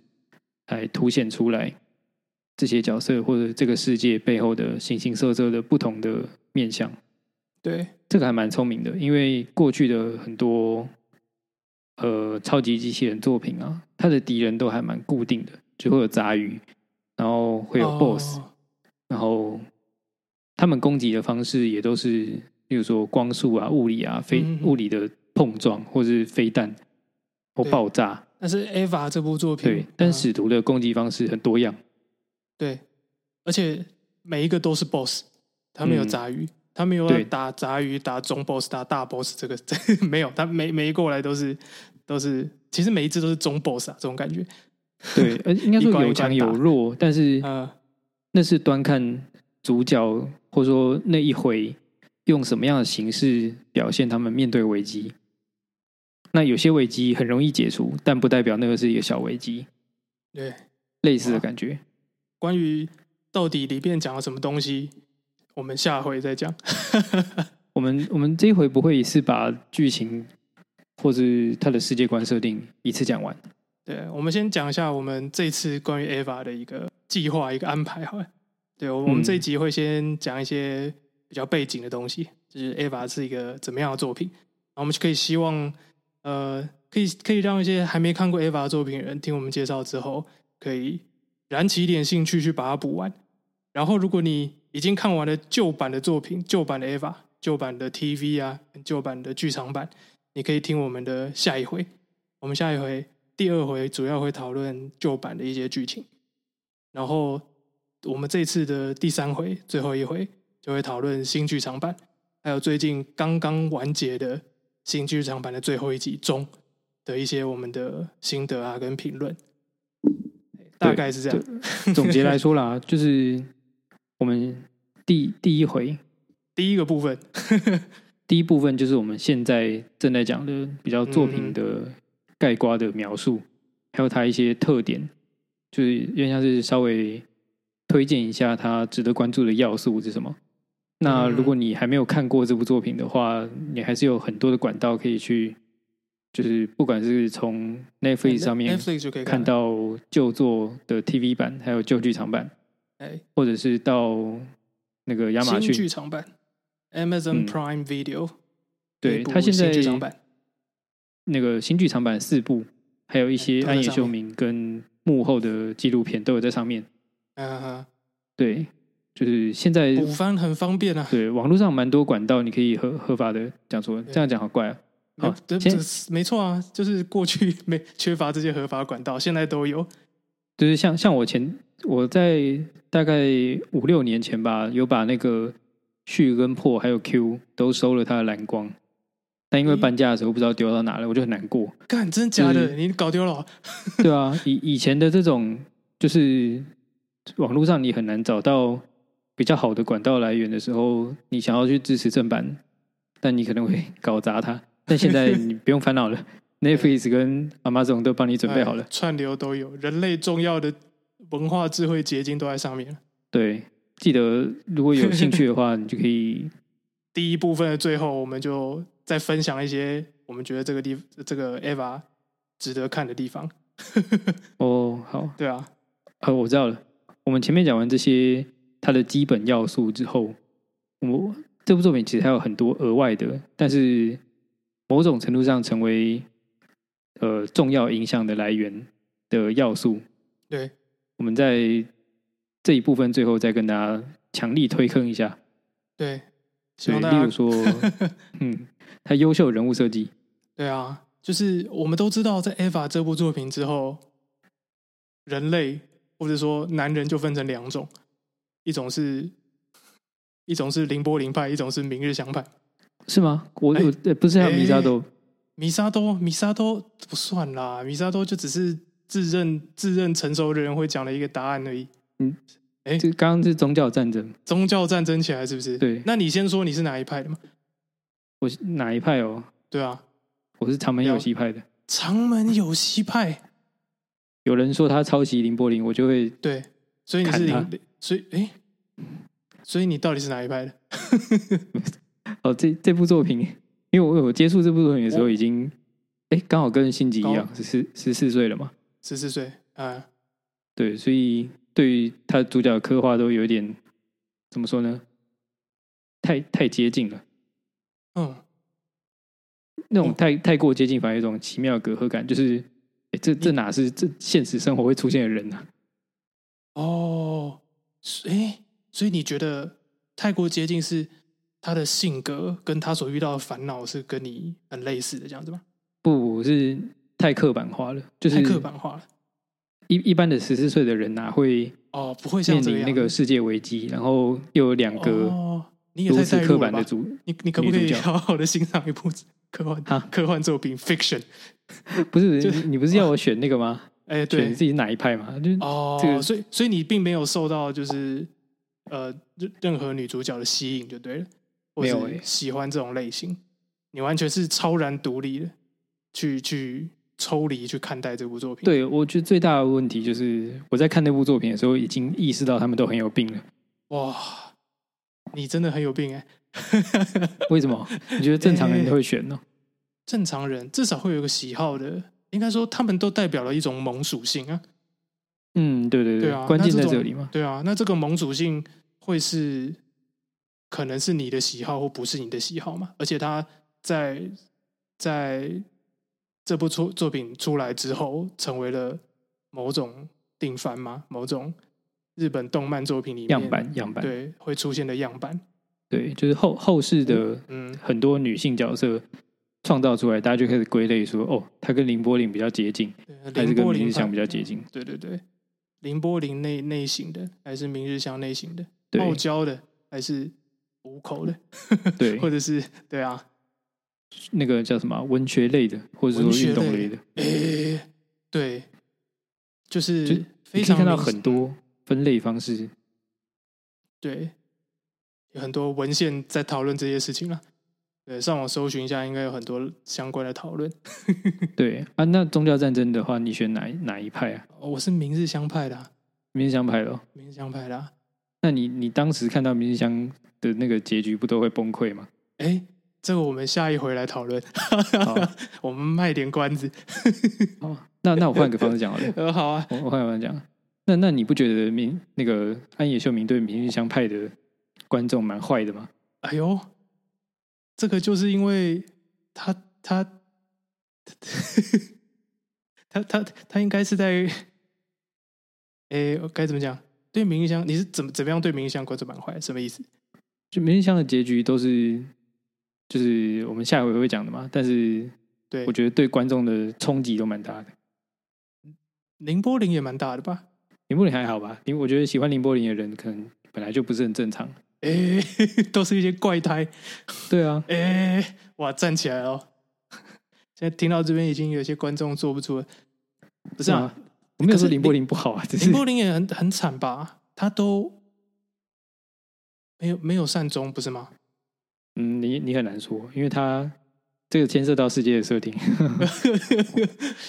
来凸显出来这些角色或者这个世界背后的形形色色的不同的面相。对，这个还蛮聪明的，因为过去的很多呃超级机器人作品啊，它的敌人都还蛮固定的，就会有杂鱼，然后会有 BOSS，、哦然后他们攻击的方式也都是，例如说光速啊、物理啊、飞、嗯嗯嗯物理的碰撞，或是飞弹或对爆炸。但是 Ava 这部作品，对，但嗯使徒的攻击方式很多样，对，而且每一个都是 BOSS，他们有嗯杂鱼，他们有对打杂鱼、打中 BOSS、打大 BOSS，这个这 个没有，他每每一过来都是都是，其实每一只都是中 BOSS 啊，这种感觉。 对，呃，应该说一关一有关强有打弱，但是呃，那是端看主角或者说那一回用什么样的形式表现他们面对危机。那有些危机很容易解除，但不代表那个是一个小危机，对，类似的感觉。关于到底里面讲了什么东西，我们下回再讲。我们我们这一回不会一次把剧情或是它的世界观设定一次讲完。对，我们先讲一下我们这次关于 Ava 的一个计划、一个安排好了。对，我我们嗯这一集会先讲一些比较背景的东西，就是 Ava 是一个怎么样的作品，然后我们就可以希望，呃，可以可以让一些还没看过 Ava 的作品的人听我们介绍之后，可以燃起一点兴趣去把它补完。然后，如果你已经看完了旧版的作品、旧版的 Ava、旧版的 TV 啊、旧版的剧场版，你可以听我们的下一回。我们下一回第二回主要会讨论旧版的一些剧情，然后我们这次的第三回最后一回就会讨论新剧场版，还有最近刚刚完结的新剧场版的最后一集中的一些我们的心得啊跟评论，大概是这样。总结来说啦， 就是我们第第一回第一个部分，第一部分就是我们现在正在讲的比较作嗯品的概括的描述，还有它一些特点，就是有点像是稍微推荐一下它值得关注的要素是什么。那嗯如果你还没有看过这部作品的话，你还是有很多的管道可以去，就是不管是从 Netflix 上面嗯 Netflix 就可以看了，到旧作的 TV 版，还有旧剧场版，哎，或者是到那个亚马新逊剧，场版 Amazon 嗯 Prime Video，对内部它现在新剧场版，那个新剧场版四部，还有一些嗯都在安野上秀明跟幕后的纪录片都有在上面。嗯哼，对，就是现在补番很方便啊。对网络上蛮多管道，你可以合合法的讲说，对这样讲好怪啊。好没这先这是没错啊，就是过去没缺乏这些合法管道，现在都有。就是像像我前我在大概五六年前吧，有把那个旭跟破还有 Q 都收了他的蓝光，但因为咦搬家的时候不知道丢到哪了，我就很难过。干，真假就的？是你搞丢了哦？ 对啊，以以前的这种就是网络上你很难找到比较好的管道来源的时候，你想要去支持正版，但你可能会 搞砸它。但现在你不用烦恼了，Netflix 跟 Amazon 都帮你准备好了哎。串流都有，人类重要的文化智慧结晶都在上面了。对，记得如果有兴趣的话，你就可以第一部分的最后，我们就再分享一些我们觉得这个地这个 Eva 值得看的地方。 哦，好，对啊，呃，我知道了。我们前面讲完这些它的基本要素之后，我这部作品其实还有很多额外的，但是某种程度上成为呃重要影响的来源的要素。对，我们在这一部分最后再跟大家强力推坑一下，对，希对，望大例家如 说，嗯，他优秀人物设计，对啊，就是我们都知道，在《Eva》这部作品之后，人类或者说男人就分成两种，一种是，一种是凌波凌派，一种是明日香派。是吗？我哎有、呃不是还有米沙豆，米沙多，米沙多不算啦，米沙多就只是自认自认成熟的人会讲的一个答案而已。哎这刚刚是宗教战争，宗教战争起来是不是？对那你先说你是哪一派的嘛？我是哪一派哦？对啊，我是长门有希派的。长门有希派。有人说他抄袭林柏林，我就会对，所以你砍是他零，所以哎，所以你到底是哪一派的？哦，这这部作品因为我我接触这部作品的哦时候已经，哎，刚好跟辛吉一样刚，十四十四岁了嘛，十四岁啊，对，所以对于他主角的刻画都有点怎么说呢？太太接近了，嗯，那种嗯太太过接近，反而有一种奇妙的隔阂感，就是，哎，这这哪是这现实生活会出现的人啊？哦，哎、诶所以你觉得太过接近是他的性格跟他所遇到的烦恼是跟你很类似的这样子吗？不，是太刻板化了，就是太刻板化了一一般的十四岁的人哪、会哦，不会像面这个临样那个子世界危机，然后又有两个哦，你也如太此代刻入了板吧的？主，你你可不女可主以角好好的欣赏一部 科幻啊科幻作品 fiction？ 不是就你你不是要我选那个吗？哎、选 对自己哪一派嘛？就哦，这个所以所以你并没有受到就是呃任任何女主角的吸引就对了，或没有是欸喜欢这种类型，你完全是超然独立的去去抽离去看待这部作品。，对我觉得最大的问题就是我在看那部作品的时候，已经意识到他们都很有病了。哇，你真的很有病哎、为什么？你觉得正常人都会选 呢、正常人至少会有个喜好的，应该说他们都代表了一种萌属性啊。嗯，对对对啊关键那这在种这里嘛。对啊，那这个萌属性会是可能是你的喜好或不是你的喜好嘛？而且他在在这部作作品出来之后，成为了某种定番嘛，某种日本动漫作品里面样板样板，对会出现的样板。对，就是后后世的嗯，很多女性角色创造出来，大家就开始归类说，哦，她跟林波林比较接近，还对是凌跟波林林日派哦祥比较接近？对对对，凌波林内内型的，还是明日香内型的，对傲娇的，还是五口的，对，或者是对啊，那个叫什么啊文学类的，或者说文学运动类类的，诶、对，就是就你可非以常看到明很多分类方式。对，有很多文献在讨论这些事情了。对，上网搜寻一下，应该有很多相关的讨论。对啊，那宗教战争的话，你选哪哪一派啊？哦我是明日香派的啊、明日香派咯。明日香派的、啊。那你你当时看到明日香的那个结局，不都会崩溃吗？哎，这个我们下一回来讨论。好， 我们卖点关子。好，那那我换个方式讲好了，呃，好啊，我我换个方式讲。那那你不觉得明那个安野秀明对明日香派的观众蛮坏的吗？哎呦，这个就是因为他他他他他应该是在，诶，该怎么讲？对明香，你是怎么怎么样对明香观众蛮坏？什么意思？就明日香的结局都是，就是我们下回会讲的嘛。但是对我，觉得对观众的冲击都蛮大的。凌波林也蛮大的吧？林柏林还好吧？因为我觉得喜欢林柏林的人可能本来就不是很正常。诶， 都是一些怪胎。对啊，诶，哇，站起来了哦！ 现在听到这边已经有些观众坐不住了，不是啊啊，我没有可是说林柏林林不好啊，只是林柏林也很很惨吧？他都没有没有善终，不是吗？嗯，你你很难说，因为他这个牵涉到世界的设定。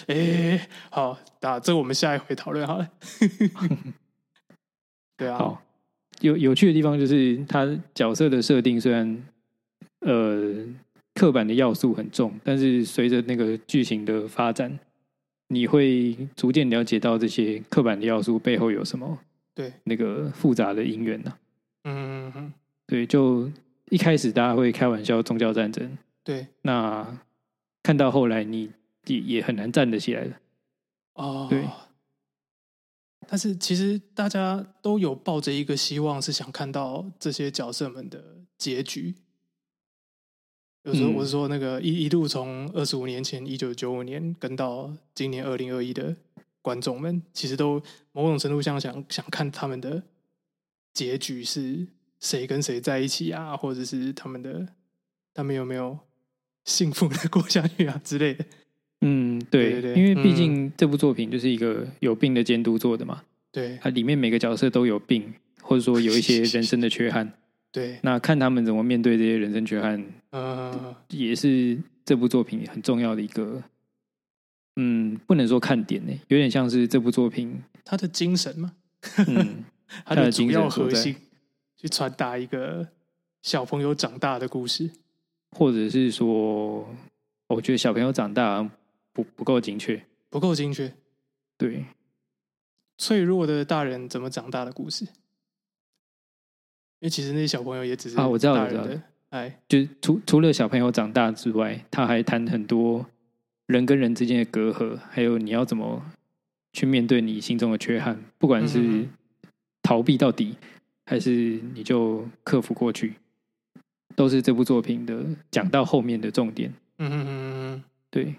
哎、好，那这个我们下一回讨论好了。对啊，好，有有趣的地方就是他角色的设定虽然呃刻板的要素很重，但是随着那个剧情的发展，你会逐渐了解到这些刻板的要素背后有什么对，那个复杂的因缘呢、嗯，嗯嗯对，就一开始大家会开玩笑宗教战争，对，那看到后来你也也很难站得起来了。哦，对。但是其实大家都有抱着一个希望，是想看到这些角色们的结局。有时候嗯我是说，那个一一路从二十五年前一九九五年跟到今年二零二一的观众们，其实都某种程度上想想看他们的结局是谁跟谁在一起啊，或者是他们的他们有没有幸福的过下去啊之类的。嗯，对对对对因为毕嗯竟这部作品就是一个有病的监督做的嘛，对它里面每个角色都有病，或者说有一些人生的缺憾。对，那看他们怎么面对这些人生缺憾，嗯，也是这部作品很重要的一个，嗯，不能说看点呢、有点像是这部作品，他的精神嘛，嗯，它的主要核心，去传达一个小朋友长大的故事。或者是说，哦我觉得小朋友长大好像不不够精确。不够精确。对，脆弱的大人怎么长大的故事，因为其实那些小朋友也只是啊我知道大我知人道的哎，就是除除了小朋友长大之外，他还谈很多人跟人之间的隔阂，还有你要怎么去面对你心中的缺憾，不管嗯是嗯逃避到底，还是你就克服过去，都是这部作品的讲到后面的重点。嗯哼哼哼对，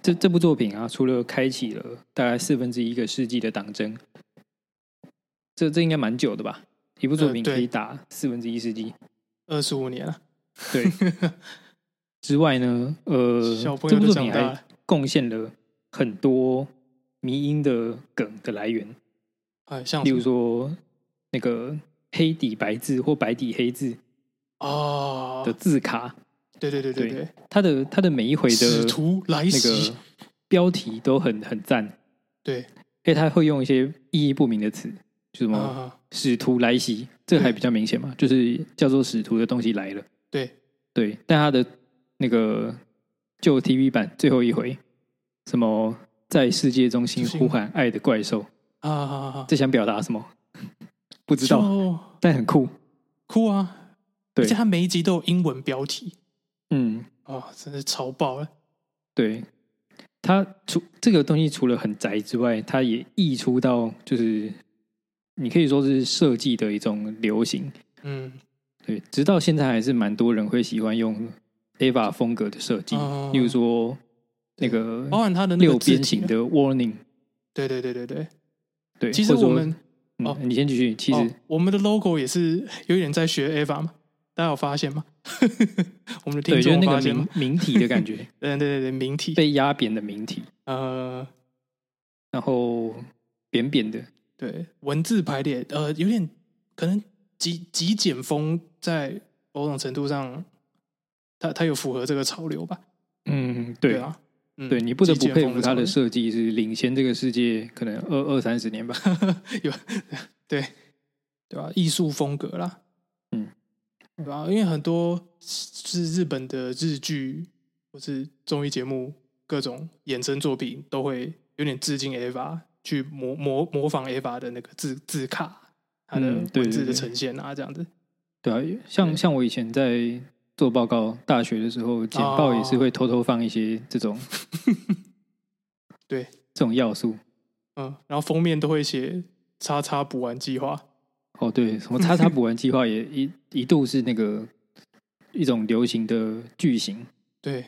这这部作品啊，除了开启了大概四分之一个世纪的党争，这这应该蛮久的吧？一部作呃品对可以打四分之一世纪，二十五年了，对。之外呢，呃，小朋这友部都作长品大还了，贡献了很多迷因的梗的来源， 哎，像例什如么说那个黑底白字或白底黑字哦的，字卡，对对对对对对，它的它的每一回使的徒来那袭个，标题都很很赞，对因为它会用一些意义不明的词，就什啊么啊，使徒来袭，这个还比较明显嘛，就是叫做使徒的东西来了。对对，但他的那个旧 TV 版最后一回，什么在世界中心呼喊爱的怪兽，啊啊啊啊，这想表达什么？ 不知道，就但很酷。酷啊，对而且它每一集都有英文标题，嗯，哦，真是潮爆了，对。它除这个东西除了很宅之外，它也溢出到就是你可以说是设计的一种流行。嗯，对，直到现在还是蛮多人会喜欢用 AVA 风格的设计，哦例如说那个包含它的那六个字边体形啊，的 warning，对对对对对，对，其实或者我说们嗯哦你先继续。其实、哦、我们的 logo 也是有点在学 Ava 嘛，大家有发现吗？ 我们的听对，就是众有那发个现吗名？名体的感 觉，对对对对，名体，被压扁的名体，呃，然后扁扁的，对，文字排列，呃，有点可能极极简风在某种程度上，它它有符合这个潮流吧？嗯，对对，啊，嗯对你不得不极佩简风服它潮的流设计是领先这个世界可能二二三十 年吧。对吧、艺术风格啦，嗯，对吧、因为很多是日本的日剧或是综艺节目各种衍生作品都会有点致敬 AVA，去模模模仿 AVA 的那个字字卡，它的嗯对文字对对的呈现啊，这样子。对啊，像像我以前在做报告，大学的时候，简报也是会偷偷放一些这种， 对这种要素。嗯，然后封面都会写“叉叉补完计划哦， 对，什么叉叉补完计划也一一度是那个一种流行的句型。”，对，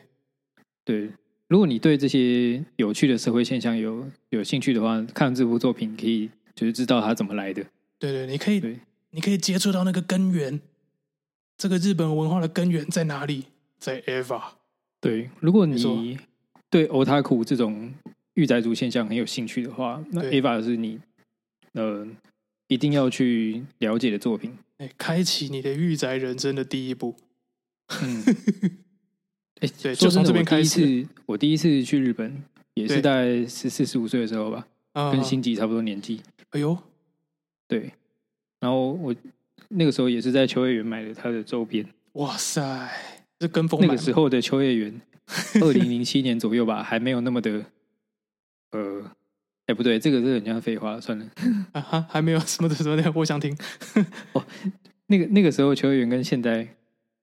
对，如果你对这些有趣的社会现象有有兴趣的话，看这部作品可以就是知道它怎么来的。对对，你可以对，你可以接触到那个根源，这个日本文化的根源在哪里？在 AVA。对，如果没错你对 otaku 这种御宅族现象很有兴趣的话，那对 Ava 是你呃一定要去了解的作品。哎，开启你的御宅人生的第一步。 嗯，哎、对说就真从的这边开我第一次我第一次去日本也是对在十四十五岁的时候吧，啊跟星级差不多年纪。哎呦，对，然后我那个时候也是在秋叶原买了他的周边。哇塞，这跟风那买个吗时候的秋叶 原，二零零七年左右吧，还没有那么的，呃，哎、不对，这个是很像废话，算了。啊哈，还没有 什么的什么的，我想听。那个那个时候秋叶原跟现在，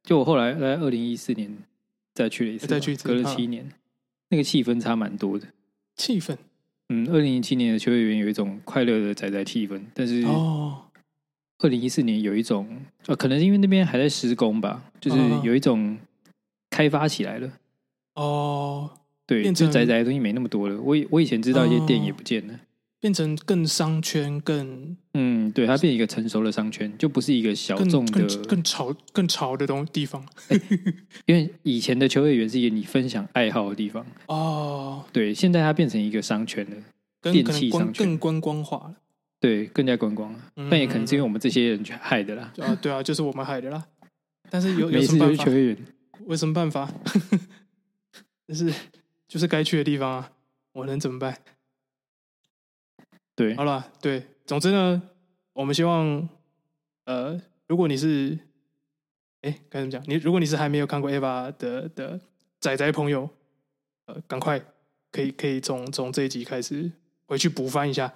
就我后来在二零一四年再去了一次吧，再去一次隔了啊七年，那个气氛差蛮多的。气氛嗯，二零一七年的秋叶原有一种快乐的宅宅气氛，但是哦，二零一四年有一种，呃，可能是因为那边还在施工吧，就是嗯嗯有一种开发起来了。哦，对，变就成宅宅的东西没那么多了。我以我以前知道一些店哦也不见了。变成更商圈、更嗯，对，它变一个成熟的商圈，就不是一个小更众的。更更潮、更潮的东地方因为以前的球业园是一个你分享爱好的地方，哦，对，现在它变成一个商圈了，跟电可能器观商圈更观光化了。对，更加观光了。嗯但也可能是因为我们这些人去害的啦。啊，对啊，就是我们害的啦。但是 有每嗯有什次么就办是法球？业园，有什么办法？ 但是就是该去的地方啊，我能怎么办？对好，了，对，总之呢，我们希望，呃，如果你是，哎、哎，该怎么讲？你如果你是还没有看过 Eva 的的仔仔朋友，呃，赶快可以可以从从这一集开始回去补翻一下。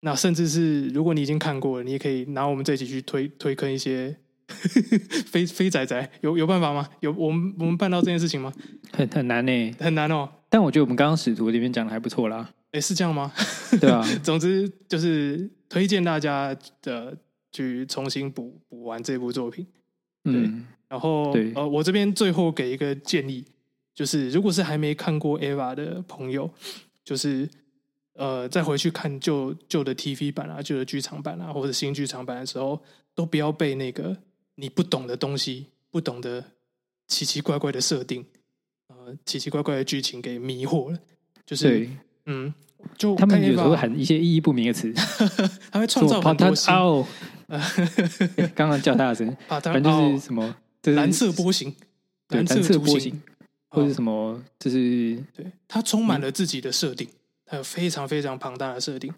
那甚至是如果你已经看过了，你也可以拿我们这一集去推推坑一些 非非仔仔，有有办法吗？有我们我们办到这件事情吗？很很难呢。很难哦。但我觉得我们刚刚使徒这边讲的还不错 啦，哎，是这样吗？对啊，总之就是推荐大家的去重新补补完这部作品。嗯，然后对呃，我这边最后给一个建议，就是如果是还没看过 Ava 的朋友，就是呃再回去看旧旧的 TV 版啊、旧的剧场版啊，或者新剧场版的时候，都不要被那个你不懂的东西、不懂的奇奇怪怪的设定、呃奇奇怪怪的剧情给迷惑了。就是对，嗯，就他们看有时候 Ava，喊一些意义不明的词，他会创说造很多新他 哦，刚刚叫大声，啊，反当然正就哦是什么，就是蓝色波形，对蓝色色波波形形，，或哦者什嗯么，就是对，它充满了自己的设定，它有非常非常庞大的设定。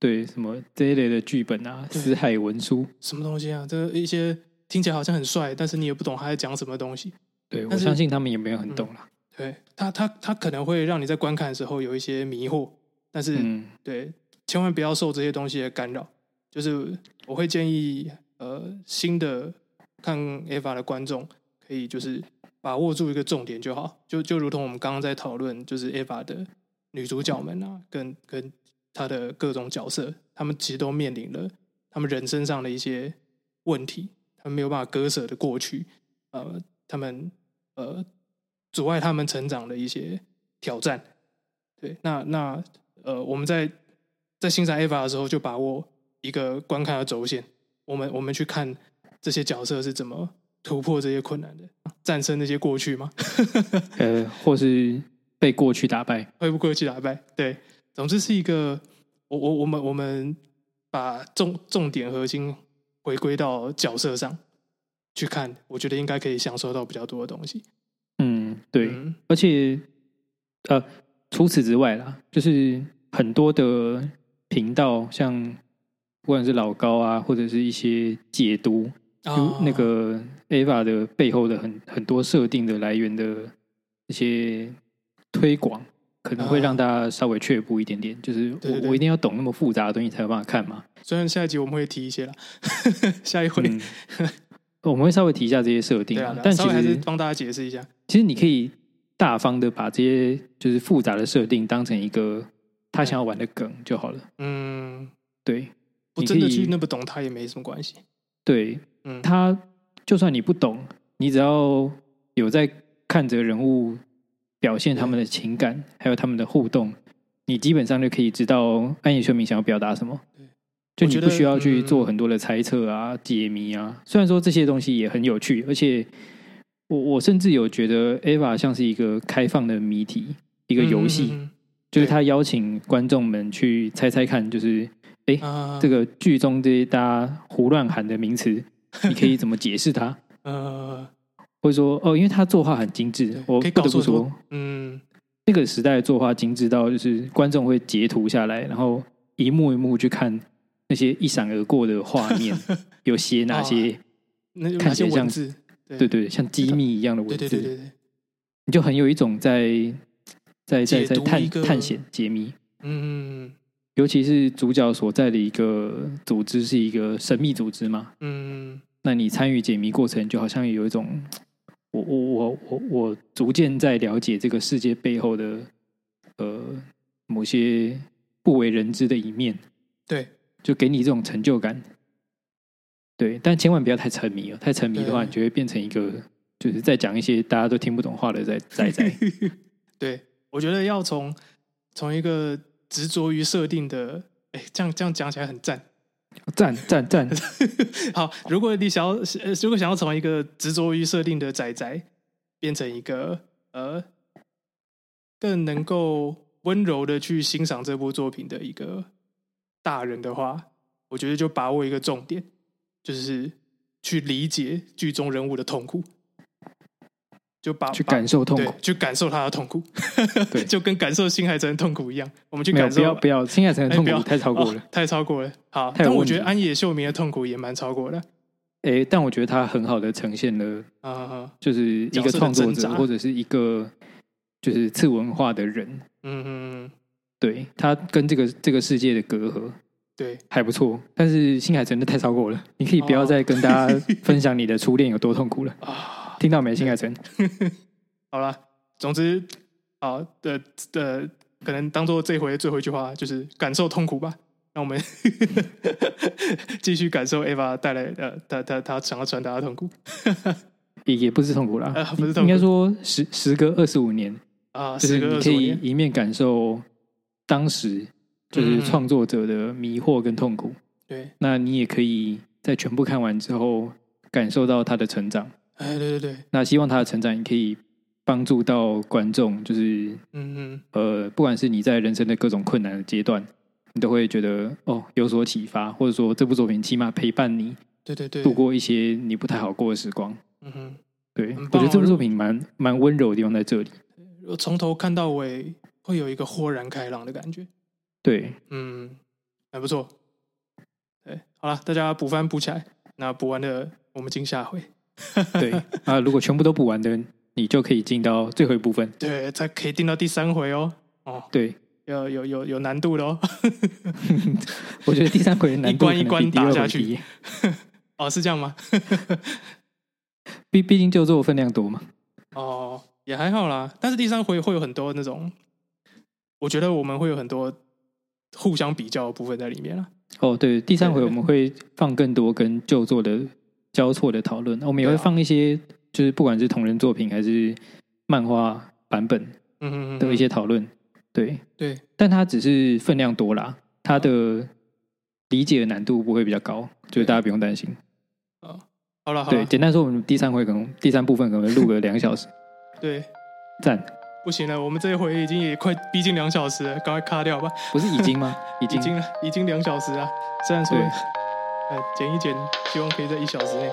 对什么这一类的剧本啊，对死海文书，什么东西啊？这一些听起来好像很帅，但是你也不懂他在讲什么东西。对我但是相信他们也没有很懂啦，对，它它它可能会让你在观看的时候有一些迷惑，但是、嗯，对，千万不要受这些东西的干扰。就是我会建议，呃，新的看 AVA 的观众可以就是把握住一个重点就好，就就如同我们刚刚在讨论，就是 AVA 的女主角们啊，跟跟她的各种角色，她们其实都面临了她们人生上的一些问题，她们没有办法割舍的过去，呃，她们呃阻碍她们成长的一些挑战。对，那那呃，我们在在欣赏 Ava 的时候，就把握一个观看的轴线，我们我们去看这些角色是怎么突破这些困难的，战胜那些过去 嘛，呃，或是被过去打败，会不过去打败。对，总之是一个，我我我们我们把重重点核心回归到角色上去看，我觉得应该可以享受到比较多的东西。嗯，对，嗯而且呃，除此之外啦，就是很多的频道，像不管是老高啊，或者是一些解读，啊，那个 AVA 的背后的很很多设定的来源的一些推广，可能会啊让大家稍微却步一点点。就是我对对对我一定要懂那么复杂的东西才有办法看嘛。虽然下一集我们会提一些了， 下一回、嗯， 我们会稍微提一下这些设定对啊，对啊但稍其微还是实帮大家解释一下。其实你可以大方的把这些就是复杂的设定当成一个他想要玩的梗就好了。嗯，对不你真的可以去那么懂它也没什么关系。对，嗯，他就算你不懂，你只要有在看着人物表现他们的情感，还有他们的互动，你基本上就可以知道安野秀明想要表达什么对。就我你觉不得需要去嗯做很多的猜测啊、解谜啊。虽然说这些东西也很有趣，而且我我甚至有觉得 Ava 像是一个开放的谜题，一一个游嗯戏，就是对他邀请观众们去猜猜看，就是啊，这个剧中这些大家胡乱喊的名词，你可以怎么解释它？呃，或者说哦，因为他作画很精致对，我可以不得告诉不我说，嗯，那个时代的作画精致到就是观众会截图下来，然后一幕一幕去看那些一闪而过的画 面，有写哪些？那有看哪起来些文像字？啊对对对，像机密一样的文对对对字，对对，你就很有一种在在在解在读一探个探险解谜，嗯尤其是主角所在的一个组织是一个神秘组织嘛，嗯，那你参与解谜过程，就好像有一种我我我我我逐渐在了解这个世界背后的呃某些不为人知的一面， 对就给你这种成就感。对，但千万不要太沉迷哦，太沉迷的话，对你就会变成一个就是在讲一些大家都听不懂话的在在在。对，我觉得要从从一个执着于设定的，哎，这样这样讲起来很赞。 赞赞赞！ 好，如果你想要，呃如果想要从一个执着于设定的仔仔，变成一个呃更能够温柔的去欣赏这部作品的一个大人的话，我觉得就把握一个重点，就是去理解剧中人物的痛苦，就把去把感受痛对苦，去感受他的痛苦，对 就跟感受新海诚的痛苦一样，我们去没有感不受要不要，现在才哎痛不要苦太超过哦了。太超过了。好，太有但我问觉得题安野秀明的痛苦也蛮超过了。诶、哎但我觉得他很好的呈现了，啊啊，就是一个创作角色的挣者扎或者是一个就是次文化的人，嗯嗯，嗯对他跟这个这个世界的隔阂对，还不错。但是新海诚的太超过了，你可以不要哦再跟大家分享你的初恋有多痛 苦了。啊，听到没，新海诚？好了，总之，好的的，可能当做这回最后一句话就是感受痛苦吧。那我们 继续感受 Ava 带来呃，他他他想要传达的痛苦也也不是痛苦啦，啊不是痛应苦该说时时隔二十五年，啊，就是时隔你二可十五以年，嗯一面感受当时就是创作者的迷惑跟痛苦，对，那你也可以在全部看完之后感受到他的成长。哎，对对对，那希望他的成长也可以帮助到观众，就是嗯嗯，呃，不管是你在人生的各种困难的阶段，你都会觉得哦有所启发，或者说这部作品起码陪伴你对对对，度过一些你不太好过的时光。嗯哼。对，很棒哦我觉得这部作品蛮蛮温柔的地方在这里。我从头看到尾会有一个豁然开朗的感觉。 对，嗯，还不错。对，好了，大家补番补起来。那补完的，我们进下回。对啊，如果全部都补完的，你就可以进到最后一部分。对，才可以定到第三回哦。哦，对， 有有有有难度的哦。 我觉得第三回的难度一关一关可能比第二回打下去低，哦，是这样吗？毕毕竟旧作分量多嘛。哦，也还好啦。但是第三回会有很多那种，我觉得我们会有很多互相比较的部分在里面了。哦，对，第三对回我们会放更多跟旧作的交错的讨论，我们也对会啊放一些就是不管是同人作品还是漫画版本嗯嗯嗯，的一些讨论。对，对，但它只是分量多啦，它的理解的难度不会比较高，就是对大家不用担心。好了好啊对，了，简单说，我们第三回可能第三部分可能录个两小时， 对，赞。不行了，我们这一回已经也快逼近两小时了，赶快卡掉吧。不是已经吗？已已经经了，已经两小时啊。虽然说，对呃，剪一剪，希望可以在一小时内。